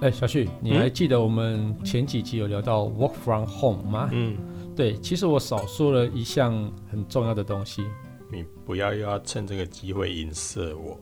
哎，小旭，你嗯还记得我们前几集有聊到 work from home 吗？嗯，对，其实我少说了一项很重要的东西，你不要又要趁这个机会影射我，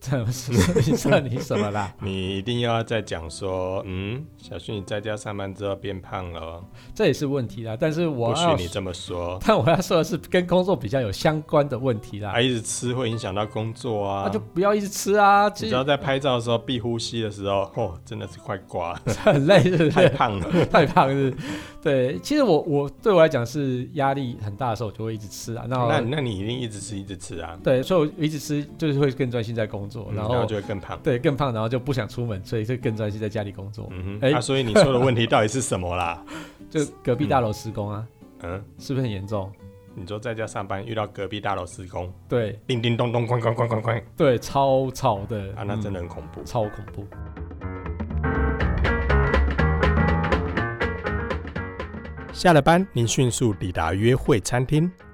这 是影射你什么啦？你一定要再讲说，嗯，小旭你在家上班之后变胖了哦，这也是问题啦。但是我不许要，你这么说，但我要说的是跟工作比较有相关的问题啦。啊，一直吃会影响到工作那、啊。就不要一直吃啊，你其知实道在拍照的时候闭呼吸的时候，哦，真的是快挂 了，很累，是不 太是？胖了。太胖是不是？对，其实我我对我来讲是压力很大的时候，我就会一直吃啊。那那那你一定一直吃一直吃啊，对，所以我一直吃就是会更专心在工作，然嗯然后、后就会更胖。对更胖，然后就不想出门，所以就更专心在家里工作。嗯哎哼，啊，所以你说的问题到底是什么啦？ 就隔壁大楼施工啊，嗯，是不是很严重？你说在家上班遇到隔壁大楼施工，对叮叮咚咚，哐哐哐哐哐，对，超吵的啊，那真的、的很恐怖嗯。超恐怖。下了班，您迅速抵达约会餐厅，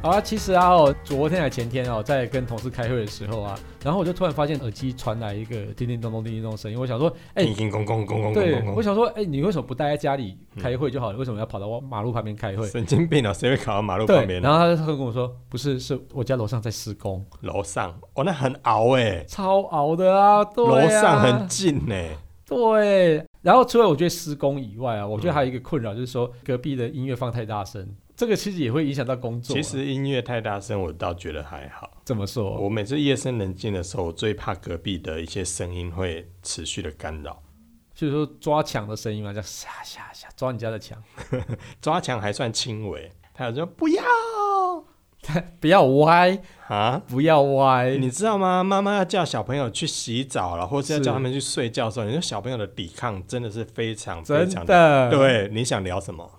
好啊，其实啊，哦，昨天还前天哦，在跟同事开会的时候啊，然后我就突然发现耳机传来一个叮叮咚咚、叮叮咚声音，我想说，哎、叮叮咣咣咣咣对咣，我咣想说，哎、你为什么不待在家里开会就好了？为什么要跑到马路旁边开咣，会？神经病哦，谁会考到马路旁对，边然呢？后他就跟我说，不是，是我家楼上在施工，楼上，哦，那很熬哎，超熬的啊，对啊楼上很近哎，对。然后除了我觉得施工以外啊，我觉得还有一个困扰就是说，隔壁的音乐放太大声，这个其实也会影响到工作啊。其实音乐太大声，我倒觉得还好。怎么说？我每次夜深人静的时候，我最怕隔壁的一些声音会持续的干扰。就是说抓墙的声音嘛，这样下下下抓你家的墙， 抓墙还算轻微，他有时候不要不要歪，啊，不要歪。你知道吗？妈妈要叫小朋友去洗澡了，或是要是叫他们去睡觉的时候，你说小朋友的抵抗真的是非常非真常的，，的。对，你想聊什么？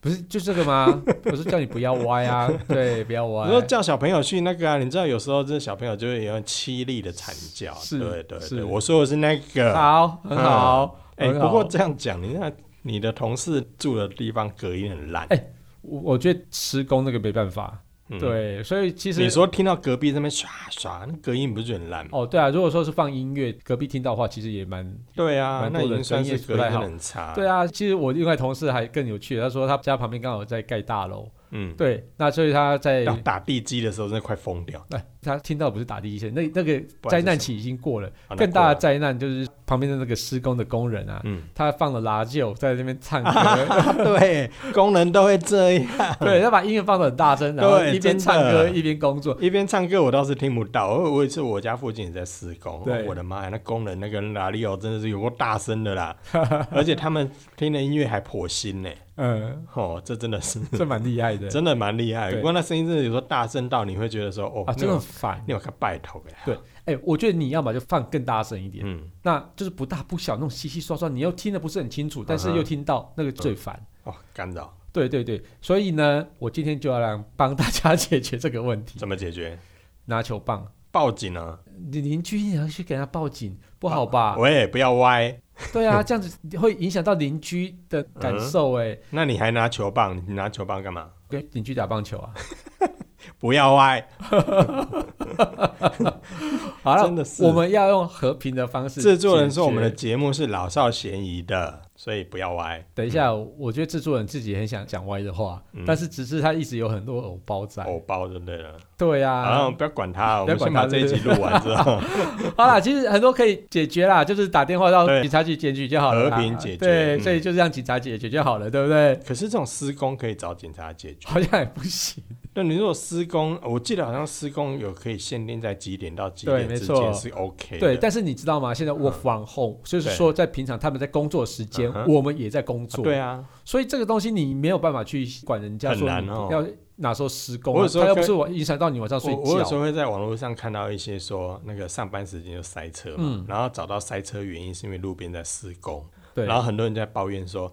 不是就这个 吗？我是叫你不要歪啊，对，不要歪你。说叫小朋友去那个啊，你知道有时候这小朋友就会有凄厉的惨叫。是对对是对，我说的是那个。好，很好。哎、很好不过这样讲，你那你的同事住的地方隔音很烂。哎我我觉得施工那个没办法，嗯，对，所以其实你说听到隔壁这边唰唰，那隔音不是很烂吗？哦，对啊，如果说是放音乐，隔壁听到的话，其实也蛮。对啊，蛮多那已的经算隔音是也不隔太音好很差。对，啊，其实我另外同事还更有趣，他说他家旁边刚好在盖大楼，嗯，啊对，那所以他在要打地基的时候，真的快疯掉。哎，他听到不是打地线，那那个不然灾是难期已经过了，好啊那更大过的了灾难就是旁边的那个施工的工人啊，嗯，他放了拉旧在那边唱歌， 对，工人都会这样。 对，他把音乐放得很大声，然后对一边唱真歌的一边工作，一边唱歌我倒是听不到，我我有一次我家附近也在施工，哦对我的妈呀，那工人那个哪里哦，真的是有够大声 的啦，而且他们听的音乐还破心呢，嗯，哦，这真的是 这蛮厉害的，真的蛮厉害，对不过那声音真的有时候大声到你会觉得说，哦，啊，真的很烦。你有个拜头哎，对哎，我觉得你要么就放更大声一点，嗯，那就是不大不小那种稀稀刷刷，你又听得不是很清楚，但是嗯哼又听到那个最烦。哦，干扰对对对，所以呢，我今天就要来帮大家解决这个问题。怎么解决？拿球棒，报警啊！你邻居也要去给他报警，不好吧？喂，不要歪，对 啊，这样子会影响到邻居的感嗯受哎、那你还拿球棒？你拿球棒干嘛？跟邻居打棒 球啊。不要歪，好真了的，是我们要用和平的方式。制作人说我们的，节目是老少咸宜的，所以不要歪。等一下，我觉得制作人自己也很想讲歪的话，嗯但是只是他一直有很多偶包在。偶包就对了，对好了，我啊，们不要管他，我不要管们先他把这一集录完 之后，好啦，其实很多可以解决啦，就是打电话到对警察局检举就好了啦。和平解决对，嗯所以就是让警察解决就好了，对不对？可是这种施工可以找警察解决。好像也不行。那你如果施工，我记得好像施工有可以限定在几点到几对点没之错间是 OK 的。对，但是你知道吗？现在 work from home，就是说在平常他们在工作时间嗯，哼我们也在工作。对啊，所以这个东西你没有办法去管人家说很你难哦要哪时候施工、我啊，有时候他又不可以是晚影响到你晚上睡我我有时觉。候会在网络上看到一些说那个上班时间就塞车嘛，嗯然后找到塞车原因是因为路边在施工，对然后很多人在抱怨说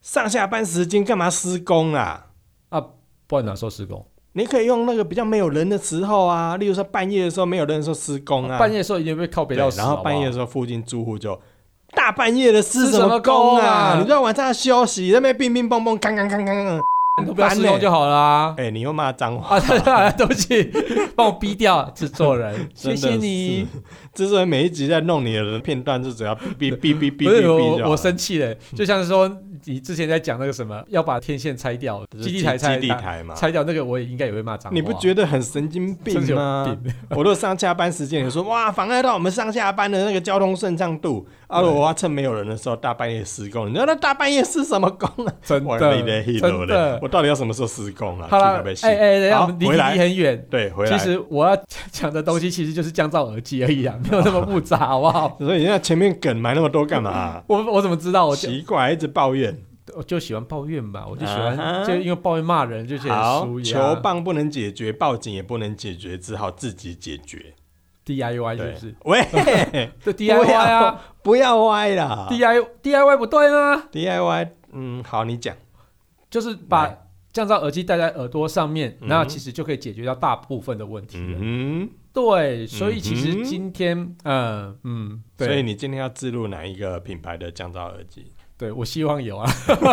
上下班时间干嘛施工啊？啊，不然哪时候施工？你可以用那个比较没有人的时候啊，例如说半夜的时候没有人的时候施工啊，半夜的时候一定被靠北对到死，然后半夜的好时候附近住户就大半夜的施施什什么么工工啊？啊你知道晚上休息，在那边乒乒乓乓，刚刚刚刚刚，不好你都不要施工就好了啊。哎、你又骂脏话， 啊，对啊，对不起，帮我逼掉制作人，谢谢你。之所以每一集在弄你的片段，就 只要哔哔哔哔哔不哔是哔就我，好我了生气了，嗯就像是说你之前在讲那个什么，要把天线拆掉，就是基地台拆基地台嘛。拆掉那个，我也应该也会骂脏话。你不觉得很神经病真是有吗？病我都上下班时间，你说哇，妨碍到我们上下班的那个交通顺畅度。啊，对我要趁没有人的时候大半夜施工，你知道那大半夜施什么工啊？真我的累得一楼真嘞的，我到底要什么时候施工啊？好了气得要，死哎哎，等一下我好们离题回来离很远。对，回其来。实我要讲的东西其实就是降噪耳机而已啊， 没有那么复杂，好不好？ 所以你那前面梗埋那么多干嘛、我我怎么知道？哦我就奇怪，一直抱怨。我就喜欢抱怨嘛，我就喜啊哈欢就因为抱怨骂人，就觉得很好舒，压。球棒不能解决，报警也不能解决，只好自己解决。 DIY 是对不哎是？， 就喂，DIY 啊不要歪啦。 ，DI DIY 不对吗？ DIY，嗯，好，你讲。就是把来降噪耳机戴在耳朵上面，嗯哼那其实就可以解决掉大部分的问题了。嗯对，所以其嗯哼实今天，嗯嗯，哼，所以对，你今天要植入哪一个品牌的降噪耳机？对我希望有啊。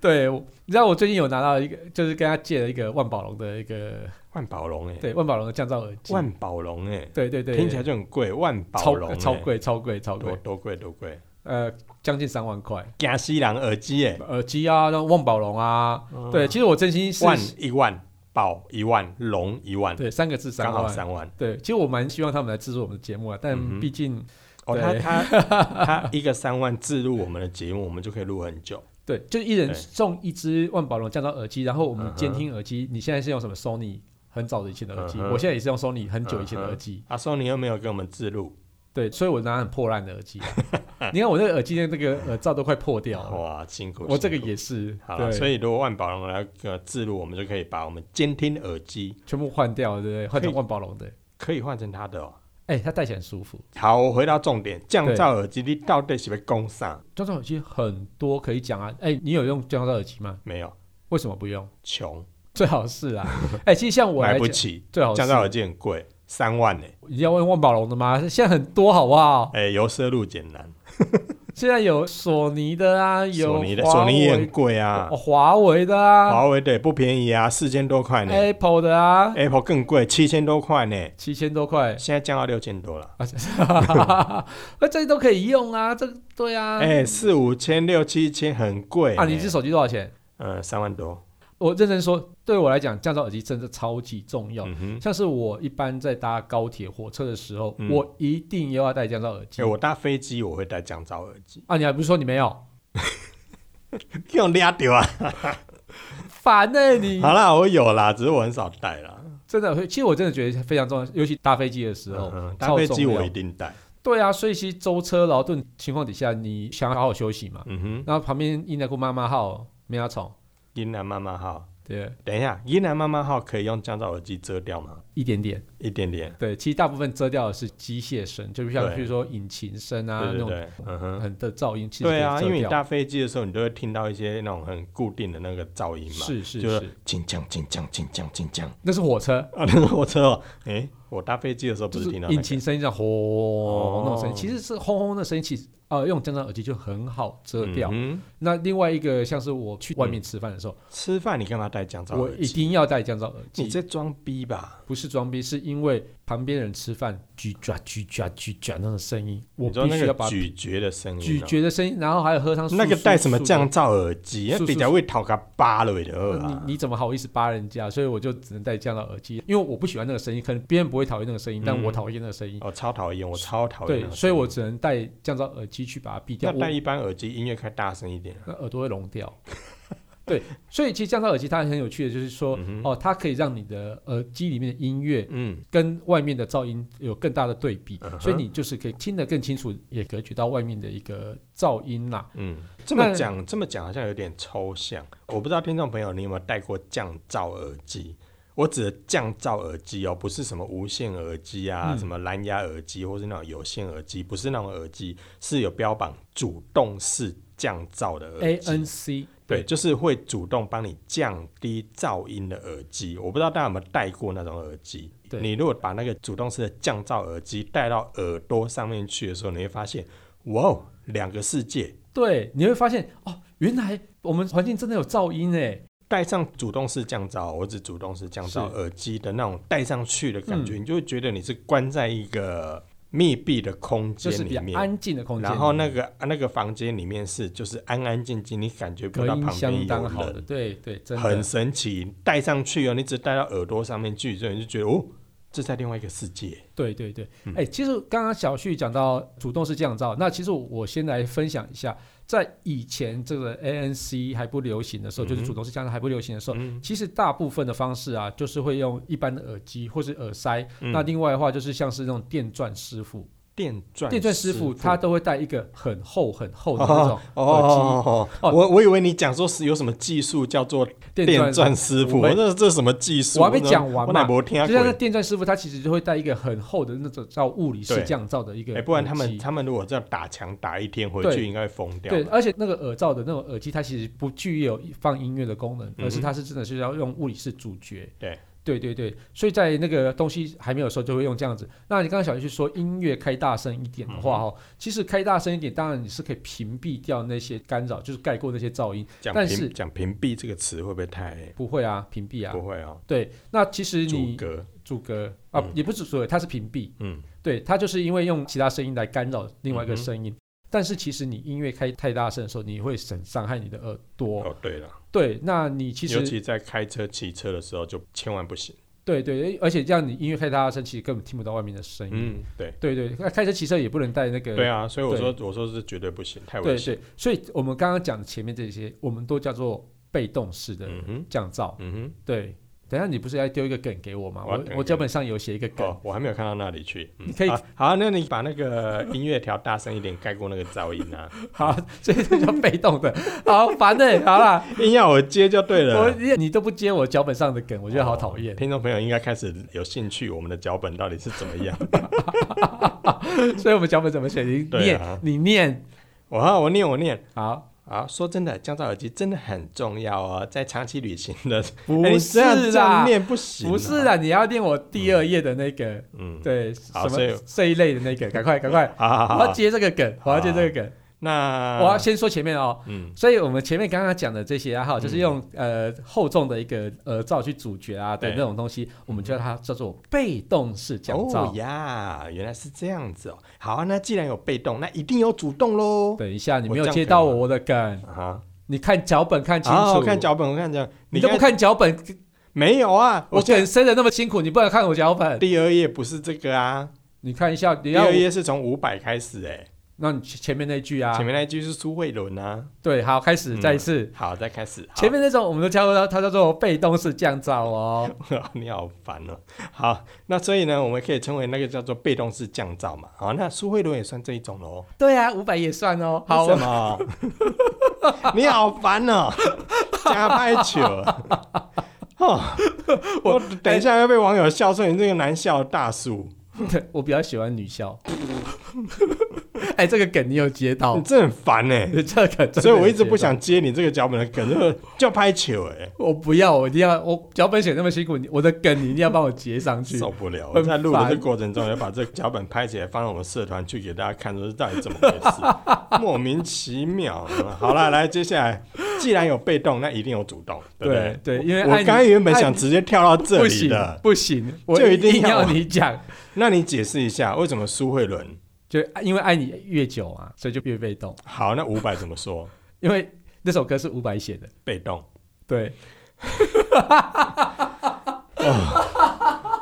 对，我你知道我最近有拿到一个，就是跟他借了一个万宝龙的一个，万宝龙哎，对，万宝龙的降噪耳机。万宝龙哎，对对对，听起来就很贵，万宝超龙欸超，贵，超贵，超多贵，多贵多贵，呃，将近三万块。加西兰耳机哎，耳机啊，那万宝龙啊，对，其实我真心是嗯万一万，宝一万，龙一万，对三个字三刚好万。三万。对，其实我蛮希望他们来制作我们的节目啊，嗯哼但毕竟、哦，他对 他他一个三万置入我们的节目，我们就可以录很久。对，就一人对送一只万宝龙降噪耳机，然后我嗯们哼监听耳机。你现在是用什么？Sony 很早的以前的耳机，嗯哼我现在也是用 Sony 很久以前的耳机。啊，说你又没有给我们置入，对，所以我拿很破烂的耳机啊、 你看我那个耳机的那个耳罩都快破掉了，哇，辛苦！我这个辛苦也是，好哦了，对，所以如果万宝龙来呃置入，我们就可以把我们监听耳机全部换掉，对不对？换成万宝龙的。可以换成他的哦。哎、它戴起来很舒服。好，我回到重点，降噪耳机你到底是被攻上降噪耳机很多可以讲啊，哎、你有用降噪耳机吗？没有？为什么不用？穷，最好是 啊，哎、其实像我来买不讲，起，最好是降噪耳机很贵，三万呢。你要问万宝龙的吗？现在很多好不好？哎，由奢入俭难，现在有索尼的啊，有索尼的华索尼也很为贵啊哦，华为的啊华为的也不便宜啊，四千多块呢，Apple 的啊， ，Apple 更贵，七千多块呢，七千多块， 现在降到六千多了。那这些都可以用啊，这个对啊。哎，四五千、六七千很贵啊，呢你一哦只手机多少钱？呃三万多，我认真说，对我来讲，降噪耳机真的超级重要。嗯哼，像是我一般在搭高铁、火车的时候，嗯我一定又要戴降噪耳机哎，。我搭飞机我会戴降噪耳机，啊，你还不是说你没有？给我俩丢啊！烦呢、你好啦，我有啦，只是我很少戴啦。真的会，其实我真的觉得非常重要，尤其搭飞机的时候，嗯搭哦超飞重机我要一定戴。对啊，所以其实舟车劳顿情况底下，你想要好好休息嘛，嗯哼，然后旁边伊奈姑妈妈号没有宠，云南妈妈号，对，等一下，云南妈妈号可以用降噪耳机遮掉吗？一点点，一点点，对，其实大部分遮掉的是机械声，就是像对比如说引擎声啊对对对，嗯那种哼。很的噪音，其实可以对啊，遮因为你掉搭飞机的时候，你都会听到一些那种很固定的那个噪音嘛，是是，就是进降进降进降进降那是火车，啊，那个火车哦，诶，我搭飞机的时候不就是是听到那引个哦擎声音这样轰那种声音，其实是轰轰的声音，其实呃用降噪耳机就很好遮掉。嗯哼嗯那另外一个像是我去外面吃饭的时候，吃饭你干嘛戴降噪我耳一机？定要戴降噪耳你机，在装逼吧？不是装逼，是因为旁边人吃饭咀嚼咀嚼咀嚼那种声音，我你说必那须要个把咀嚼的声音哦，咀嚼的声音，然后还有喝汤。那个戴什么漱漱降噪耳机？漱那漱比较会讨个巴雷的漱二的啊。你你怎么好意思扒人家？所以我就只能戴降噪耳机，因为我不喜欢那个声音，可能别人不会讨厌那个声音，但嗯我讨厌那个声音。我超讨厌，我超讨对，厌那个声音。所以我只能戴降噪耳机去把它避掉。那我戴一般耳机，音乐开大声一点。那耳朵会聋掉。 对，所以其实降噪耳机它很有趣的，就是说、嗯哼哦，它可以让你的耳机里面的音乐嗯，跟外面的噪音有更大的对比，嗯哼所以你就是可以听得更清楚，也隔绝到外面的一个噪音啦。嗯，这么讲，这么讲好像有点抽象。我不知道听众朋友你有没有戴过降噪耳机？我指的降噪耳机哦，不是什么无线耳机啊，嗯什么蓝牙耳机，或是那种有线耳机，不是那种耳机，是有标榜主动式降噪的耳 A 机。 N C，对，就是会主动帮你降低噪音的耳机。我不知道大家有没有戴过那种耳机对。你如果把那个主动式的降噪耳机戴到耳朵上面去的时候，你会发现，哇哦，两个世界。对，你会发现哦，原来我们环境真的有噪音哎。戴上主动式降噪，我指主动式降噪是耳机的那种戴上去的感觉，你就会觉得你是关在一个密闭的空就间是比里较面，安静的空间，然后那个那个房间里面是就是安安静静，你感觉不隔到音旁边相当有好的，人，对对，真很的神奇。戴上去哦，你只戴到耳朵上面去，所以你就觉得哦，这在另外一个世界。对对对。嗯哎、其实刚刚小旭讲到主动式降噪，那其实我先来分享一下，在以前这个 ANC 还不流行的时候，就是嗯哼主动式降噪还不流行的时候。嗯，其实大部分的方式啊，就是会用一般的耳机或是耳塞。嗯那另外的话，就是像是那种电钻师傅，电钻电钻师傅他都会带一个很厚很厚的那哦种耳哦，哦我我以为你讲说是有什么技术叫做机电钻师傅，我没我这这什么技术？我还没讲完嘛我哪没听就像那过？电钻师傅，他其实就会带一个很厚的那种叫物理式对降噪的一个耳机，哎，不然他们他们如果这样打墙打一天回对去，应该会疯掉。对，而且那个耳罩的那种耳机，它其实不具有放音乐的功能，嗯哼而是它是真的是要用物理式阻绝。对。对对对，所以在那个东西还没有的时候，就会用这样子。那你刚刚小徐说音乐开大声一点的话，嗯哦、其实开大声一点，当然你是可以屏蔽掉那些干扰，就是盖过那些噪音。讲但是屏讲屏蔽这个词会不会太不会啊，屏蔽啊不。会哦？对，那其实阻你隔，阻隔啊，嗯也不是阻隔，它是屏蔽。嗯。对，它就是因为用其他声音来干扰另外一个嗯哼声音。但是其实你音乐开太大声的时候，你会损伤害你的耳朵。哦，对了，对，那你其尤实其在开车、骑车的时候，就千万不行。对对，而且这样你音乐开大声，其实根本听不到外面的声音。嗯，对，对对，那开车骑车也不能带那个。对啊，所以我说，我说是绝对不行，太危对险。对，所以我们刚刚讲的前面这些，我们都叫做被动式的嗯哼，降噪。嗯对，等一下你不是要丢一个梗给我吗？我我要丢一我个脚本上有写一个哼，梗。哦，我还没有看到那里去。嗯你可以啊好啊，那你把那个音乐调大声一点，盖过那个噪音啊， 好， 所以这叫被动的，好烦哎、 好啦，硬要我接就对我了。你你都不接我脚本上的梗，我我觉得好讨厌。听众朋友应该开始有兴趣，我们的脚本到底是怎么样？ 所以我们脚本怎么写？你哦对念，啊你念。我啊，我念，我念。好，啊，说真的，降噪耳机真的很重要哦，在长期旅行的，不哎你是这样这样啦，念不行，啊不是，啦，你要念我第二页的那个，嗯，对，好什所以么这一类的 那个，赶快赶快，好好好啊嗯我要好，接这个梗，我要接这个梗，那我要先说前面哦。嗯。所以我们前面刚刚讲的这些啊，哈，就是用呃厚重的一个耳罩去阻绝啊的对嗯那种东西，我们叫它叫做被动式降哦噪。呀，原来是这样子哦。好啊，那既然有被动，那一定有主动喽。等一下，你没有我这样接到可以我吗我的梗，啊，你看脚本看清好，楚，我看，脚本，我看脚，你都不刚看脚本，没有啊？我我现梗塞的那么辛苦，你不能看我脚本在，第二页不是这个啊，你看一下，你第要二我，页是从五百开始哎、那你前前面那句啊前，面那一句是苏慧伦啊。对，好，开始，嗯再一次。好，再开始。好前面那种我们都叫它，它叫做被动式降噪哦。 你好烦哦。好，那所以呢，我们可以称为那个叫做被动式降噪嘛。好，那苏慧伦也算这一种喽。对啊，五百也算 哦。好为，什么？ 你好烦哦，加拍球。 哦，我等一下要被网友笑说你这个难笑的大叔，对 我比较喜欢女校。哎，这个梗你有接到你？真的很烦哎、 这个梗真的有接到，所以我一直不想接你这个脚本的梗，这个叫拍球哎、我不要，我一定要，我脚本写那么辛苦，你我的梗你一定要帮我接上去。受不了！很我在录的这烦个过程中，要把这个脚本拍起来，放到我们社团去给大家看，说这到底怎么回事，莫名其妙。好了，来，接下来，既然有被动，那一定有主动，对不对对？对，因为我按刚刚原本按想直接跳到这不里行的，不行，我就一定定要啊要你讲，那你解释一下，为什么苏慧伦就啊因为爱你越久啊，所以就越被动。好？那伍佰怎么说？因为那首歌是伍佰写的，被动，对，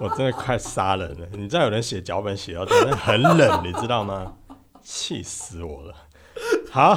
我真的快杀人了！你知道有人写脚本写到真的很冷，你知道吗？气死我了！好，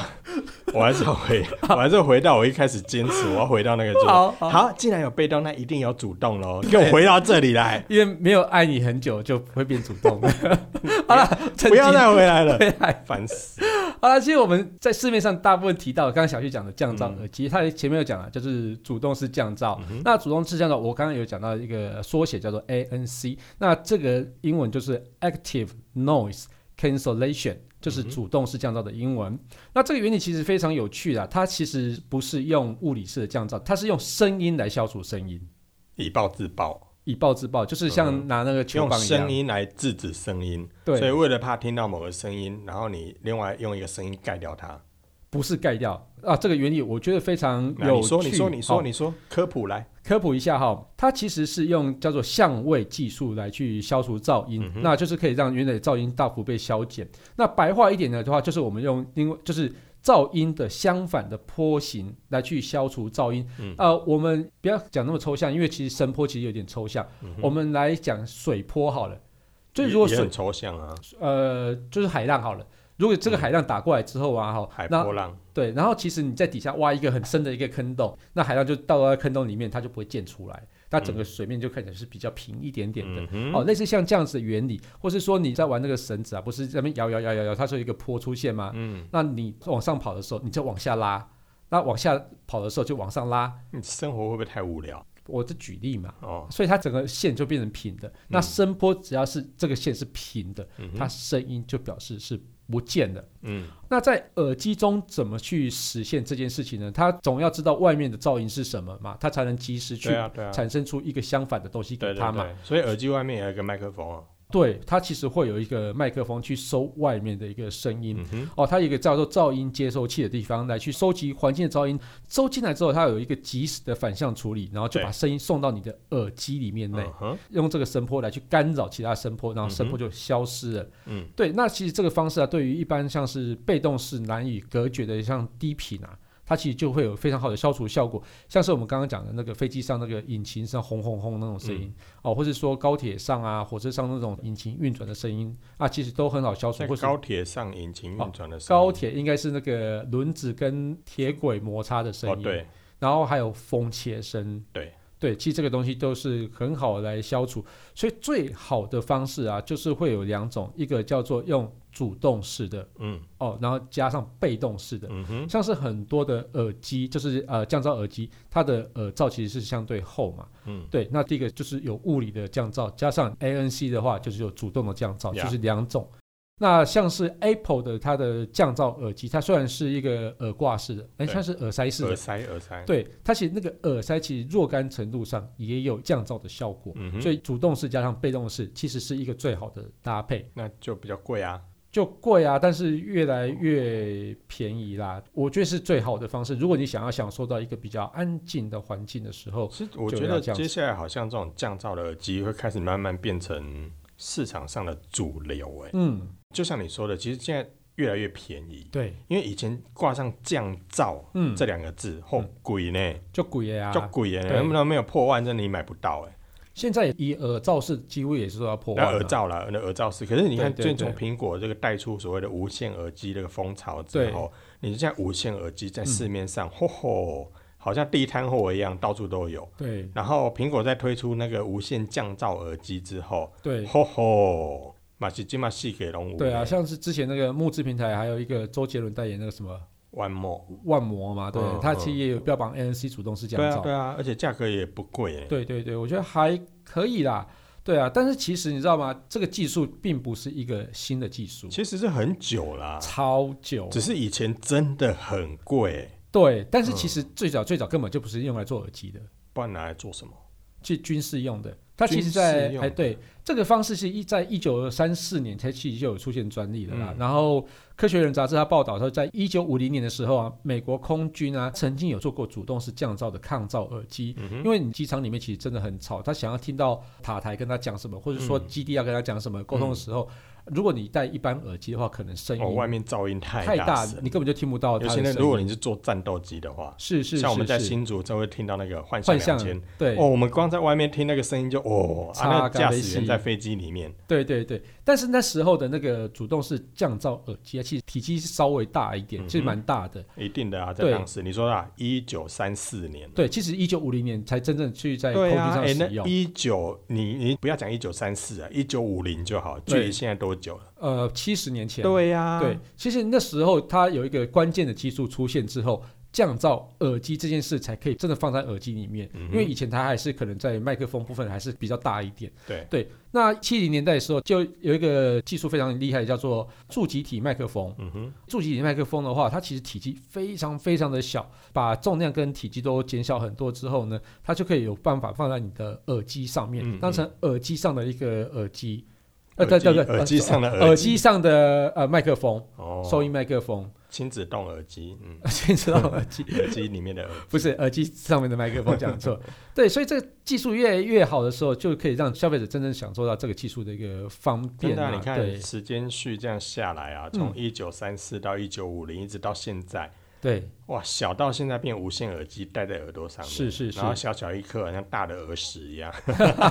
我还是要回，我还是回到我一开始坚持，我要回到那个就是好好既然有被动，那一定有主动喽，给我回到这 里来，因为没有爱你很久就会变主动。 好了，不要再回来了，回来。烦死！ 好了，其实我们在市面上大部分提到，刚刚小旭讲的降噪嗯耳机，它前面有讲了，就是主动式降噪。那主动式降噪，我刚刚有讲到一个缩写叫做 ANC，那这个英文就是 Active Noise cancellation 就是嗯主动式降噪的英文。那这个原理其实非常有趣啦，它其实不是用物理式的降噪，它是用声音来消除声音，以暴制暴，以暴制暴，就是像拿那个球嗯用棒一样声，音来制止声音。所以对，为了怕听到某个声音，然后你另外用一个声音盖掉它。不是盖掉啊。这个原理我觉得非常那有你趣。说，你说，你好说，你说，科普来。科普一下哈，它其实是用叫做相位技术来去消除噪音，嗯哼那就是可以让原来的噪音大幅被消减。那白话一点的话，就是我们用因为就是噪音的相反的坡形来去消除噪音。嗯呃，我们不要讲那么抽象，因为其实声波其实有点抽象。嗯哼我们来讲水波好了，就是也如果也水很抽象啊，呃就是海浪好了。如果这个海浪打过来之后啊，哈、嗯海那波浪，对，然后其实你在底下挖一个很深的一个坑洞，那海浪就到了坑洞里面，它就不会溅出来，那整个水面就看起来是比较平一点点的。嗯哼哦，类似像这样子的原理，或是说你在玩那个绳子啊，不是在那边摇摇摇摇摇，它是有一个坡出现吗？嗯，那你往上跑的时候，你就往下拉；那往下跑的时候就往上拉。你生活会不会太无聊我这举例嘛，哦？所以它整个线就变成平的。那声波只要是这个线是平的，嗯它哼，声音就表示是不见的。嗯那在耳机中怎么去实现这件事情呢？他总要知道外面的噪音是什么嘛，他才能及时去对啊对啊，产生出一个相反的东西对给对他嘛。对，所以耳机外面有一个麦克风啊，对，他其实会有一个麦克风去收外面的一个声音。嗯哼，哦，它有一个叫做噪音接收器的地方来去收集环境的噪音，收进来之后，它有一个及时的反向处理，然后就对把声音送到你的耳机里面内，嗯哼，用这个声波来去干扰其他声波，然后声波就消失了。嗯对，那其实这个方式啊，对于一般像是被动式难以隔绝的像低频啊，它其实就会有非常好的消除效果，像是我们刚刚讲的那个飞机上那个引擎上轰轰轰那种声音、嗯哦，或是说高铁上啊、火车上那种引擎运转的声音啊，其实都很好消除在。或是哦高铁上引擎运转的声音高铁应该是那个轮子跟铁轨摩擦的声哦音，对，然后还有风切声，对对，其实这个东西都是很好来消除，所以最好的方式啊，就是会有两种，一个叫做用主动式的嗯哦，然后加上被动式的，嗯哼，像是很多的耳机，就是呃降噪耳机，它的耳罩其实是相对厚嘛，嗯对，那第一个就是有物理的降噪，加上 ANC 的话就是有主动的降噪， Yeah 就是两种。那像是 Apple 的它的降噪耳机，它虽然是一个耳挂式的，哎，对它是耳塞式的耳，塞耳塞，对，它其实那个耳塞其实若干程度上也有降噪的效果，嗯哼，所以主动式加上被动式其实是一个最好的搭配。那就比较贵啊，就贵啊，但是越来越便宜啦，我觉得是最好的方式。如果你想要享受到一个比较安静的环境的时候，其实我就觉要得这样子接下来好像这种降噪的耳机会开始慢慢变成市场上的主流，哎，嗯，就像你说的，其实现在越来越便宜，对，因为以前挂上降噪。嗯，这两个字，好贵呢，就贵啊叫。贵耶，对能不能没有破万，真的你买不到哎。现在以耳罩式几乎也是都要破那万呃耳了，罩啦，那耳罩是，可是你看，对对最从苹果这个带出所谓的无线耳机这个风潮之对嗯后，你现在无线耳机在市面上，吼吼，好像地摊货一样，到处都有。对然后苹果在推出那个无线降噪耳机之后，对吼吼，马西金马西给龙五，对啊，像是之前那个募资平台，还有一个周杰伦代言那个什么 o n e more，万魔嘛，对嗯，它嗯其实也有标榜 ANC 主动式降对啊噪对，啊，而且价格也不贵欸耶，对对对，我觉得还可以啦，对啊，但是其实你知道吗？这个技术并不是一个新的技术，其实是很久啦，超久，只是以前真的很贵耶，对，但是其实最早最早根本就不是用来做耳机的，不然拿来做什么？去军事用的。它其实军在事用哎对，这个方式是一在一九三四年才其实就有出现专利的啦。嗯然后《科学人》杂志它报道说，在一九五零年的时候啊，美国空军啊曾经有做过主动式降噪的抗噪耳机。嗯哼因为你机场里面其实真的很吵，他想要听到塔台跟他讲什么，或者说嗯基地要跟他讲什么沟通的时候，如果你戴一般耳机的话，可能声音哦，外面噪音太太大大，声了你根本就听不到尤他其的那声如果音。你是坐战斗机的话，是是是像我们在是，新竹就会听到那个幻象幻象两千，对哦，我们光在外面听那个声音就哦，啊，差那咖驾啡驶员系在飞机里面，对对对，但是那时候的那个主动式降噪耳机，啊其实体积稍微大一点，嗯哼其实蛮大的。一定的啊，在对当时你说啊，一九三四年，对，其实一九五零年才真正去在空对地啊，上哎，那使用。一九你你不要讲一九三四啊，一九五零就好，距对离现在多久了？呃，七十年前。对呀、啊对，其实那时候它有一个关键的技术出现之后，降噪耳机这件事才可以真的放在耳机里面，嗯哼因为以前它还是可能在麦克风部分还是比较大一点。对对，那七零年代的时候就有一个技术非常厉害，叫做柱极体麦克风。嗯哼，柱极体麦克风的话，它其实体积非常非常的小，把重量跟体积都减小很多之后呢，它就可以有办法放在你的耳机上面，嗯嗯当成耳机上的一个耳机。呃，对耳机对对，耳机上的呃耳耳机上的呃麦克风，哦，收音麦克风， 亲子动耳机，嗯， 先知道耳机。耳机里面的耳，不是耳机上面的麦克风讲 错，对，所以这个技术越来越好的时候，就可以让消费者真正享受到这个技术的一个方真便的啊、啊。你对嗯看时间序这样下来啊，从一九三四到一九五零，一直到现在，对，哇，小到现在变无线耳机戴在耳朵上面，是是是然后小小一颗，好像大的耳屎一样，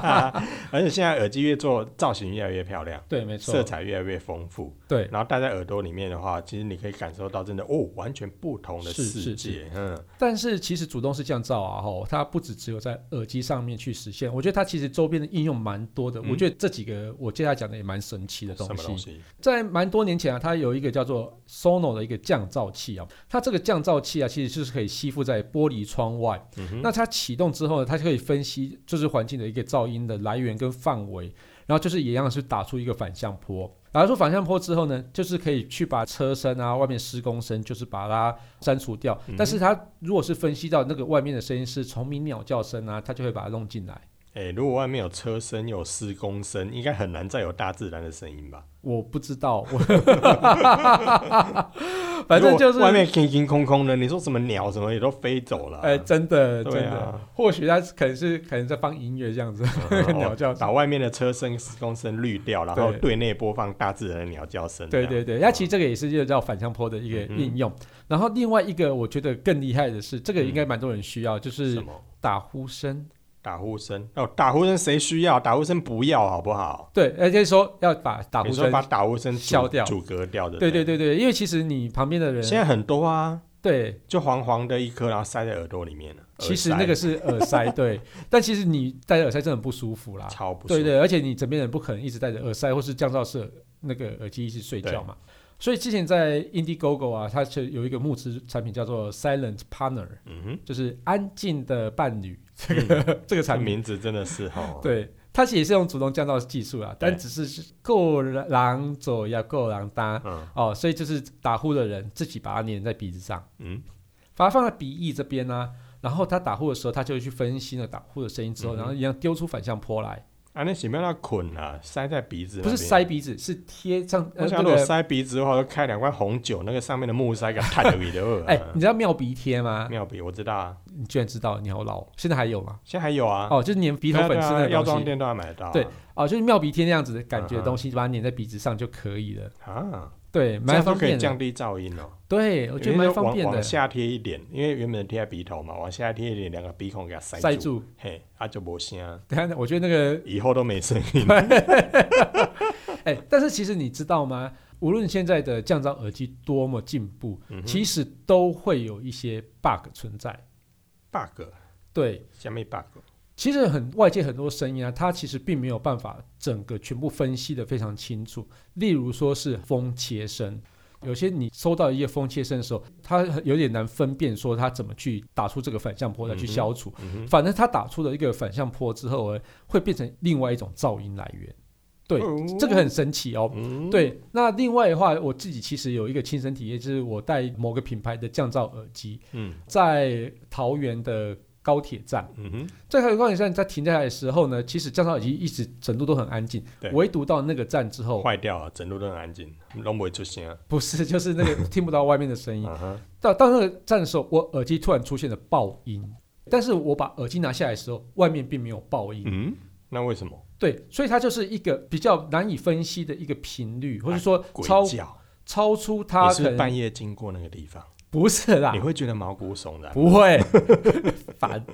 而且现在耳机越做造型越来越漂亮，对，没错，色彩越来越丰富，对然后戴在耳朵里面的话，其实你可以感受到真的哦，完全不同的是世是界，嗯，但是其实主动式降噪啊，吼，它不只只有在耳机上面去实现，我觉得它其实周边的应用蛮多的。嗯我觉得这几个我接下来讲的也蛮神奇的东什么西。东西？在蛮多年前啊，它有一个叫做 Sono 的一个降噪器啊，它这个降噪器啊，其实就是可以吸附在玻璃窗外。嗯哼，那它启动之后呢，它就可以分析就是环境的一个噪音的来源跟范围，然后就是一样是打出一个反向坡。打出反向坡之后呢，就是可以去把车身啊、外面施工声，就是把它删除掉。嗯哼但是它如果是分析到那个外面的声音是虫鸣鸟叫声啊，它就会把它弄进来。哎、如果外面有车声、有施工声，应该很难再有大自然的声音吧？我不知 道，我反正就如是果外面空空空空的，你说什么鸟什么也都飞走了、啊，哎、真的真对的，啊，哦或许它可能是可能在放音乐这样子，那个 鸟叫声。把外面的车声、施工声滤掉，然后对内播放大自然的鸟叫声。对这样嗯对对，那其实这个也是就叫反向坡的一个应用。然后另外一个我觉得更厉害的是，这个应该蛮多人需要，就嗯什是么打呼声。打呼声？哦，打呼声谁需要？打呼声不要好不好？对，而且说要把打打呼声，把打呼声阻消掉阻隔掉的。对对对对，因为其实你旁边的现人，在很多啊，对，就黄黄的一颗，然后塞在耳朵里面了其实耳塞那个是耳塞， 对，但其实你戴着耳塞真的很不舒服啦。超不舒对服。对，而且你枕边人不可能一直戴着耳塞或是降噪式耳那个耳机一直睡觉嘛。所以之前在 Indiegogo 啊，它是有一个募资产品叫做 Silent Partner，嗯哼，就是安静的伴侣这嗯个、 这个这产品。名字真的是哦哈。对，它其实也是用主动降噪技术啊，但对只是够狼走呀，够狼搭嗯哦，所以就是打呼的人自己把它粘在鼻子上，嗯，把它放在鼻翼这边呢、啊然后他打呼的时候，他就会去分析那打呼的声音之后，嗯哼然后一样丢出反向坡来，啊，那什么要捆啊？塞在鼻子？不是塞。鼻子，是贴上呃我想那如果个。塞鼻子的话，就开两罐红酒，那个上面的木塞给它探鼻的耳。哎、 你知道妙鼻贴吗？啊妙笔，我知道啊，你居然知道，你好老，现在还有吗？现在还有啊。哦，就是粘鼻头对啊粉对刺啊那个药东妆西，店都还买得到、啊。对哦，就是妙鼻贴那样子的感觉的嗯嗯东西，把它粘在鼻子上就可以了。啊，对，这蛮样就方可以便的。降低噪音哦。对，我觉得蛮方便往的往。下贴一点，因为原本贴在鼻头嘛，往下贴一点，两个鼻孔给它塞塞住，嘿，啊就没声，等一下我觉得那个，以后都没声音。哎、但是其实你知道吗？无论现在的降噪耳机多么进步，嗯 哼其实都会有一些 bug 存在。 bug，对，下面 bug，其实很外界很多声音啊，它其实并没有办法整个全部分析的非常清楚。例如说是风切声，有些你收到一些风切声的时候，它有点难分辨说它怎么去打出这个反向坡来去嗯哼消除。嗯哼，反正它打出了一个反向坡之后，呢，会变成另外一种噪音来源。对，哦这个很神奇哦。嗯，对，那另外的话，我自己其实有一个亲身体验，就是我戴某个品牌的降噪耳机，嗯在桃园的高铁站，嗯哼，在桃园高铁站在停下来的时候呢，其实降噪耳机一直整路都很安静对，唯独到那个站之后，坏掉了，整路都很安静，都不会出声。不是就是那 个听不到外面的声音。嗯哼，到到那个站的时候，我耳机突然出现了爆音，但是我把耳机拿下来的时候，外面并没有爆音。嗯，那为什么？对，所以它就是一个比较难以分析的一个频率，或者说哎鬼超叫，超出你它是可不是能半夜经过那个地方，不是啦你，会觉得毛骨悚然。不会 烦。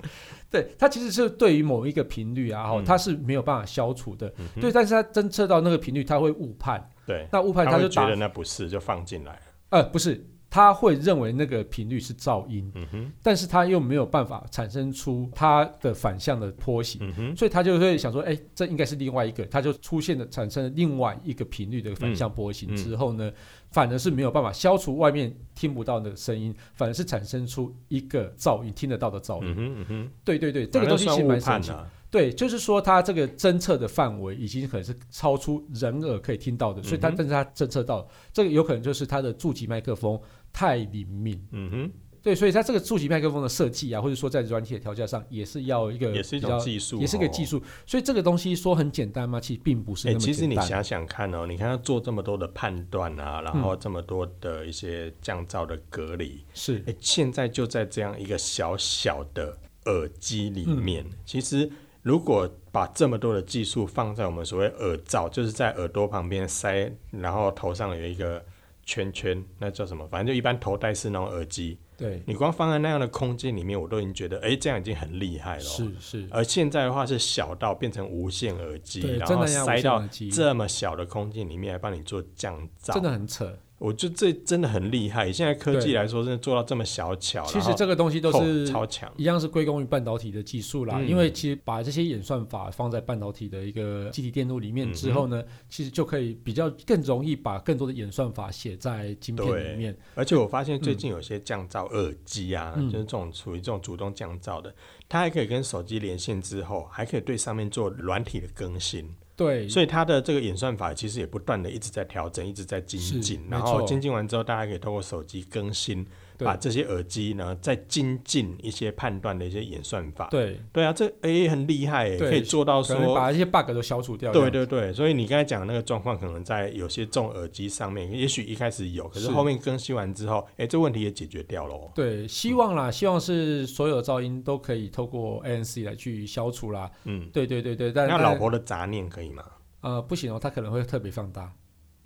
对，它其实是对于某一个频率啊，哈、嗯它是没有办法消除的。嗯哼对，但是它侦测到那个频率，它会误判，对，那误判他它就会觉打得那不是，就放进来了。呃不是，他会认为那个频率是噪音，嗯哼，但是他又没有办法产生出它的反向的波形，嗯哼，所以他就会想说，哎、这应该是另外一个，他就出现了产生了另外一个频率的反向波形、嗯嗯之后呢，反而是没有办法消除外面听不到的声音，反而是产生出一个噪音听得到的噪音。嗯哼，嗯哼，对对对，这个东西其反实正算蛮误神判奇的的。啊，对，就是说它这个侦测的范围已经可能是超出人耳可以听到的，所以它嗯哼但是它侦测到了这个有可能就是它的驻极麦克风太灵敏。嗯哼。对，所以它这个驻极麦克风的设计啊，或者说在软体的调教上，也是要一个也是一比种较技术，也是个技。术。所以这个东西说很简单吗？其实并不是哦哎、那么其实简你单。嗯想想看哦，你看他做这么多的判断啊，然后这么多的一些降噪的隔离，是哎、现在就在这样一个小小的耳机里嗯面，其实如果把这么多的技术放在我们所谓耳罩，就是在耳朵旁边塞，然后头上有一个圈圈，那叫什么？反正就一般头戴式那种耳机，对，你光放在那样的空间里面，我都已经觉得，哎、这样已经很厉害了哦。是是，而现在的话是小到变成无线耳机，对，然真后的要无塞线到耳机，这么小的空间里面来帮你做降噪，真的很扯。我就这真的很厉害。现在科技对来说，真的做到这么小巧，其然实后这个东西都厚是超强。一样是归功于半导体的技术啦，嗯因为其实把这些演算法放在半导体的一个基体电路里嗯面之后呢，其实就可以比较更容易把更多的演算法写在晶片里面。而且我发现最近有些降噪耳机啊，嗯就是这种属于这种主动降噪的，它还可以跟手机连线之后，还可以对上面做软体的更新，对，所以它的这个演算法其实也不断的一直在调整，一直在精是进，没然后错精进完之后，大家可以透过手机更新，对把这些耳机呢再精进一些判断的一些演算法。对，对啊，这 A 很厉害耶，对可以做到可能说。把一些 bug 都消除掉。对，对对，所以你刚才讲的那个状况，可能在有些重耳机上面，也许一开始有，可是是后面更新完之后，哎，这问题也解决掉了哦。对，希望啦，希望是所有的噪音都可以透过 ANC 来去消除啦。嗯，对对对对，但那老但婆的杂念可以吗？呃不行哦，它可能会特别放大，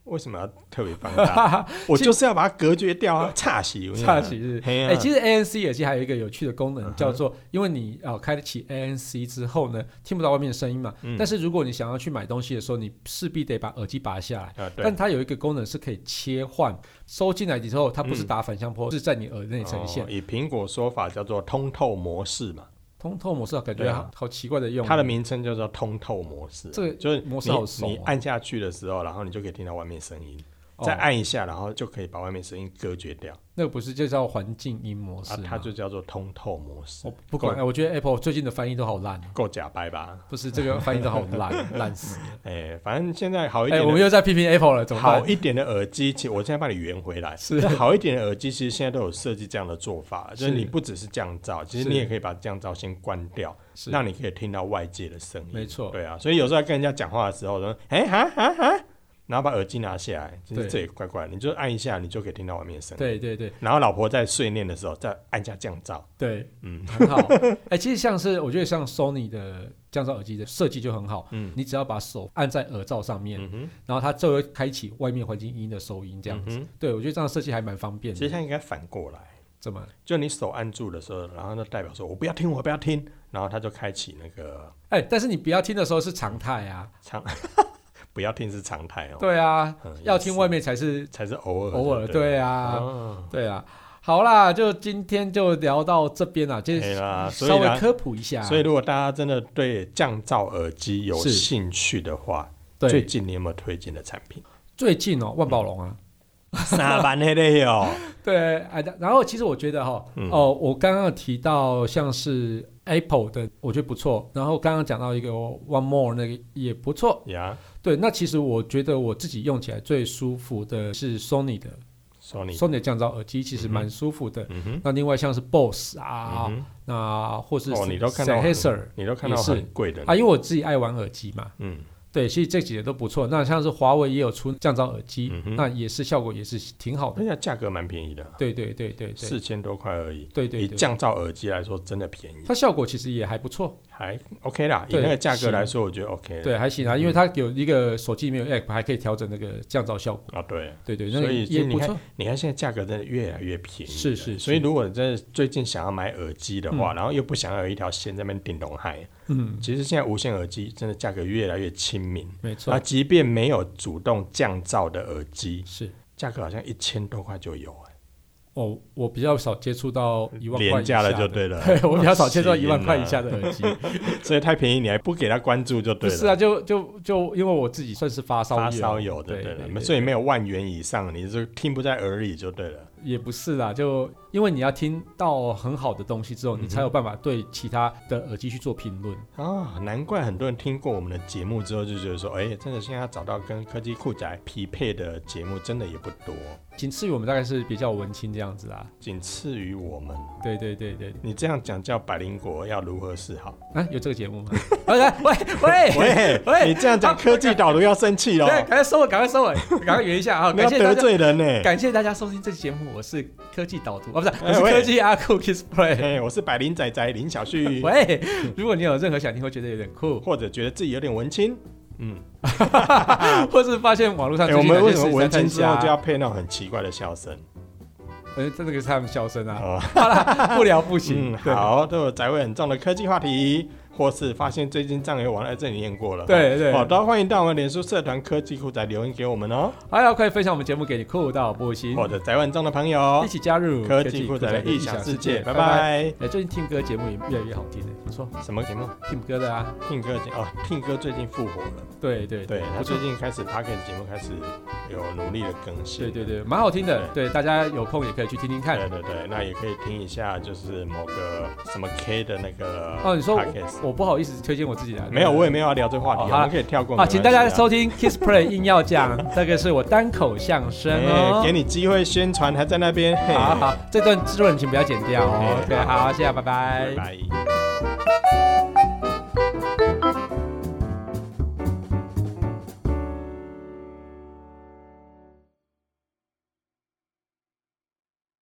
为什么要特别放 大？我就是要把它隔绝掉啊！差戏，我跟你差讲几日。嘿哎、啊，其实 ANC 耳机还有一个有趣的功能，嗯哼叫做因为你啊、呃开启 ANC 之后呢，听不到外面的声音嘛。嗯但是如果你想要去买东西的时候，你势必得把耳机拔下来。啊，对但，它有一个功能是可以切换，收进来之后，它不是嗯打反向波，是在你耳内呈现。哦以苹果说法叫做通透模式嘛，通透模式感觉对好,、啊好奇怪的用语，它的名称叫做通透模式。这个就是模式你好熟你哦按下去的时候，然后你就可以听到外面声音，哦再按一下，然后就可以把外面声音隔绝掉。那个不是就叫环境音模式啊吗、，它就叫做通透模式我。不管、哎我觉得 Apple 最近的翻译都好烂哦，够假掰吧？不是这个翻译都好 烂，烂死了。哎、反正现在好一哎、点我们的、又在批评 Apple 了，怎么办好？一点的耳机，其实我现在帮你圆回来。是那好一点的耳机，其实现在都有设计这样的做法，就是是你不只是降噪，其实是你也可以把降噪先关掉，是让你可以听到外界的声音。没错对啊，所以有时候在跟人家讲话的时候，说哎哈哈哈，然后把耳机拿下来，其实对这也怪怪的，你就按一下，你就可以听到外面的声音。对对对，然后老婆在碎念的时候，再按下降噪。对，嗯，很好。 哎、其实像是我觉得像 Sony 的降噪耳机的设计就很好，嗯你只要把手按在耳罩上面，嗯哼，然后它就会开启外面环境音的收音，这样子。嗯哼对我觉得这样设计还蛮方便其实的。它应该反过来。怎么？就你手按住的时候，然后就代表说“我不要听，我不要听”，然后他就开启那个哎、但是你不要听的时候是常态啊，常不要听是常态哦，对啊，嗯要也听是外面才是才是偶尔偶尔，对啊，啊，对啊。好啦，就今天就聊到这边啦，就对啦，哎所稍以微啊呢，科普一下。所以如果大家真的对降噪耳机有是兴趣的话，最对，近你有没有推荐的产品？ 最近哦，万宝龙啊，沙班黑的哟，对，哎，然后其实我觉得哈、嗯哦，我刚刚有提到像是 Apple 的，我觉得不错。然后刚刚讲到一个 One More 那个也不错。呀对，那其实我觉得我自己用起来最舒服的是 Sony 的，Sony， Sony 的降噪耳机，其实嗯哼蛮舒服的。嗯哼，那另外像是 Boss 啊，嗯哼那或是哦你都看到 Sennheiser 你都看到也是很贵的啊，因为我自己爱玩耳机嘛，嗯对，其实这几个都不错。那像是华为也有出降噪耳机，嗯哼嗯那也是效果也是挺好的而。且价格蛮便宜的，对对对对对，四千多块而已，对以对对，降噪耳机来说真的便宜。它效果其实也还不错。还 OK 啦，以对那个价格来说，我觉得 OK 了。对，还行啊，嗯因为它有一个手机里面有 app，还可以调整那个降噪效果。啊，对，对对，那所个以也你不看错。你看现在价格真的越来越便宜了，是是所以是如果你真的最近想要买耳机的话，然后又不想要有一条线在那边顶龙海，嗯，其实现在无线耳机真的价格越来越亲民。没啊，错，即便没有主动降噪的耳机，是价格好像一千多块就有、哎，哦，我比较少接触到一万块廉以价下的就对了，对我比较少接触到一万块以行下啊，的耳机。所以太便宜你还不给他关注就不对了。是啊，就就就因为我自己算是发烧发友烧友的对对对了，对所以没有万元以上，你就听不在耳里就对了。也不是啦，就因为你要听到很好的东西之后，嗯你才有办法对其他的耳机去做评论。啊，难怪很多人听过我们的节目之后就觉得说，哎、真的现在找到跟科技酷宅匹配的节目真的也不多，仅次于我们大概是比较文青这样子啦。仅次于我们。对对对对，你这样讲叫百灵果要如何是 好？啊，有这个节目吗？啊来，喂喂喂，喂你这样讲啊科技导读要 生气喽，对，赶快收尾，赶快收尾，赶快圆一下啊！ 你感要谢大得家，罪人呢、欸。感谢大家收听这期节目，我是科技导读啊，不是，哎我是喂科技阿酷 Kiss Play。哎、我是百灵仔仔林小旭，喂，如果你有任何想听或觉得有点酷，或者觉得自己有点文青，嗯，或是发现网络上哎、最我近哪们些为事什么情文在青看之后瞎就要配那种很奇怪的笑声？呃，这个是他们笑声啊，哦，不聊不行。嗯，对，好，都有宅味很重的科技话题，或是发现最近藏游网在这里念过了，对对好、都欢迎到我们脸书社团科技酷宅留言给我们哦，还有可以分享我们节目给你酷到不行，或者宅味很重的朋友一，起加入科技酷宅的异想世界，拜。拜。哎，最近听歌节目也越来越好听了，你说什么节目？听歌的啊？听歌节哦，听歌最近复活了，对对对他不最错，近开始 p o c k e t 节目开始有努力的更新，对对对，蛮好听的。对，大家有空也可以去听听看。对对对，那也可以听一下，就是某个什么 K 的那个哦，你说 podcast 我我不好意思推荐我自己的，没有，我也问没有要聊这个话题，哦我好们啦可以跳过啊，请大家没关系收听 Kiss Play 硬要讲，这个是我单口相声 哎，哦给。你机会宣传，还在那边，嘿，好好，这段制作人请不要剪掉哦哎。对，好，谢谢，拜拜拜拜。